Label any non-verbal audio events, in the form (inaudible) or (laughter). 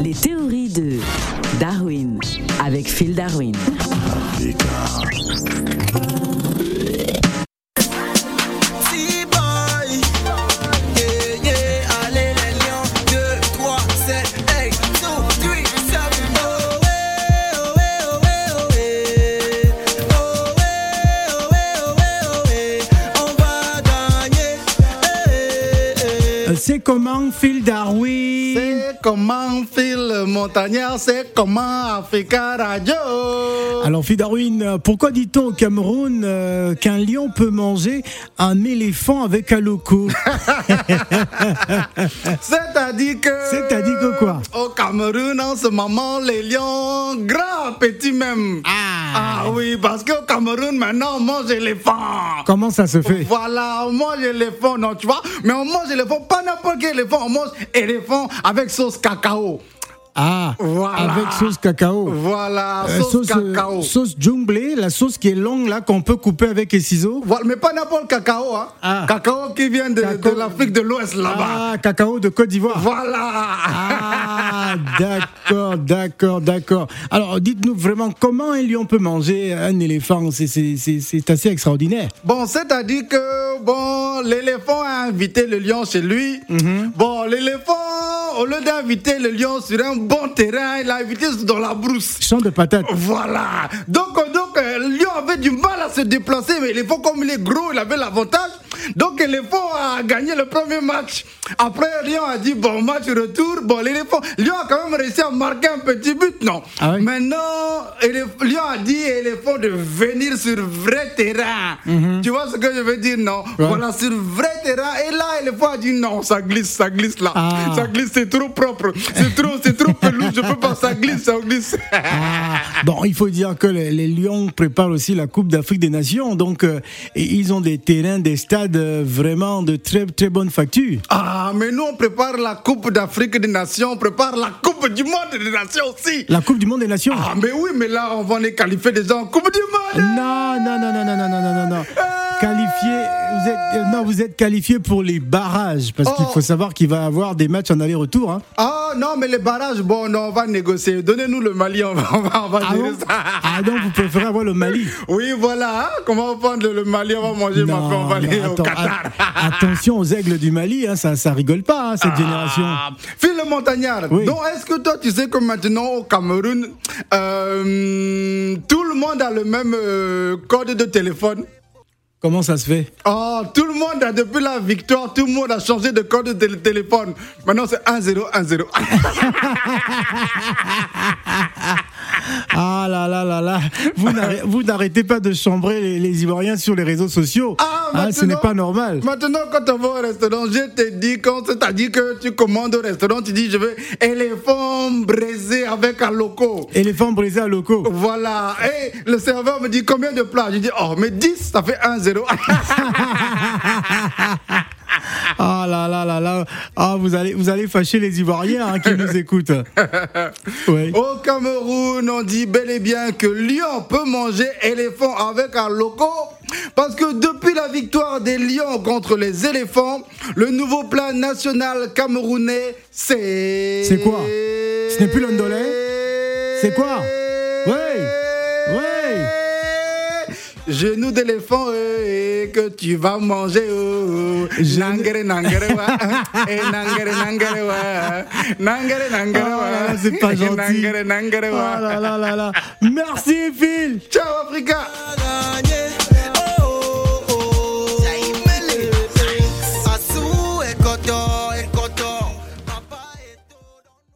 Les théories de Darwin avec Phil Darwin. Euh, C'est comment Phil Darwin C'est comment Phil Montagnard, c'est comment Africa Radio. Alors Phil Darwin, euh, pourquoi dit-on au Cameroun euh, qu'un lion peut manger un éléphant avec un (laughs) loco C'est-à-dire que. C'est-à-dire que quoi Au Cameroun, en ce moment, les lions, grands, petits même. Ah. Ah oui, parce qu'au Cameroun, maintenant, on mange éléphant. Comment ça se fait Voilà, on mange éléphant, non, tu vois. Mais on mange éléphant, pas n'importe quel éléphant, on mange éléphant avec sauce cacao. Ah, Voilà. avec sauce cacao. Voilà, Euh, sauce, euh, cacao. sauce junglée, la sauce qui est longue là qu'on peut couper avec les ciseaux. Voilà, mais pas n'importe cacao, hein. Ah. Cacao qui vient de, Cacao. de l'Afrique de l'Ouest là-bas. Ah, cacao de Côte d'Ivoire. Voilà. Ah, d'accord, d'accord, d'accord. Alors, dites-nous vraiment comment un lion peut manger un éléphant. C'est- C'est c'est- c'est assez extraordinaire. (laughs) Bon, c'est-à-dire que bon, l'éléphant a invité le lion chez lui. Bon, l'éléphant, au lieu d'inviter le lion sur un bon terrain, il l'a invité dans la brousse. Champ de patates. Voilà. Donc, euh, donc euh, le lion avait du mal à se déplacer, mais l'éléphant, comme il est gros, il avait l'avantage. Donc, l'éléphant a gagné le premier match. Après, le lion a dit bon, match retour. Bon, l'éléphant, lion a quand même réussi à marquer un petit but, non Ah oui Maintenant, éléph- lion a dit à éléphant de venir sur vrai terrain. Tu vois ce que je veux dire, non Mhm. Ouais. Voilà, sur vrai terrain. Et là, éléphant a dit non, ça glisse, ça glisse là. Ah. Ça glisse, c'est trop propre. C'est trop, c'est trop (laughs) pelouse, je peux pas, ça glisse, ça glisse. (laughs) Ah, (laughs) bon, il faut dire que les, les Lions préparent aussi la Coupe d'Afrique des Nations, donc euh, et ils ont des terrains, des stades euh, vraiment de très très bonne facture. Ah, mais nous, on prépare la Coupe d'Afrique des Nations, on prépare la Coupe du Monde des Nations aussi. La Coupe du Monde des Nations. Ah, mais oui, mais là, on va les qualifier déjà en Coupe du Monde. Non, non, non, non, non, non, non, non, non, non. Qualifié, vous êtes, euh, non, vous êtes qualifié pour les barrages, parce qu'il Oh. faut savoir qu'il va y avoir des matchs en aller-retour. hein. Ah, non, mais les barrages, bon, non, on va négocier. Donnez-nous le Mali, on va, on va, on va Ah, gérer bon ça. (laughs) Ah non, vous préférez avoir le (laughs) Mali. Oui, voilà, hein, comment on va prendre le Mali, on va manger, Non, ma on va non, aller au attends, Qatar. a- attention aux aigles du Mali, hein, ça, ça rigole pas, hein, cette génération. Ah, Phil le Montagnard, Oui. donc est-ce que toi tu sais que maintenant au Cameroun, euh, tout le monde a le même euh, code de téléphone Comment ça se fait Oh, tout le monde a, depuis la victoire, tout le monde a changé de code de tél- téléphone. Maintenant, c'est 1010. Ah là là là là, (laughs) vous n'arrê- vous n'arrêtez pas de chambrer les, les Ivoiriens sur les réseaux sociaux. (laughs) Ah, Hein, ce maintenant- n'est pas normal. Maintenant, quand on va au restaurant, je te dis, quand c'est-à-dire que tu commandes au restaurant, tu dis, je veux éléphant braisé avec un loco. Éléphant brisé à locaux. Voilà. Et le serveur me dit, combien de plats Je dis, oh, mais 10, ça fait 1-0. (laughs) Ah là là là là. Ah, vous allez, vous allez fâcher les Ivoiriens hein, qui nous (laughs) écoutent. Oui. Au Cameroun, on dit bel et bien que lion peut manger éléphant avec un loco. Parce que depuis la victoire des lions contre les éléphants, le nouveau plat national camerounais, c'est. C'est quoi Ce n'est plus l'ondolais C'est quoi Ouais Ouais Genou d'éléphant euh, euh, que tu vas manger. euh, euh. Genou- Nangere, nangere, (laughs) ouais. Eh, nangere, nangere, ouais. Nangere, Ah nangere, là là, ouais. c'est pas Eh, gentil. Nangere, nangere, ouais. Ah là là là là. Merci Phil. Ciao Africa gagner.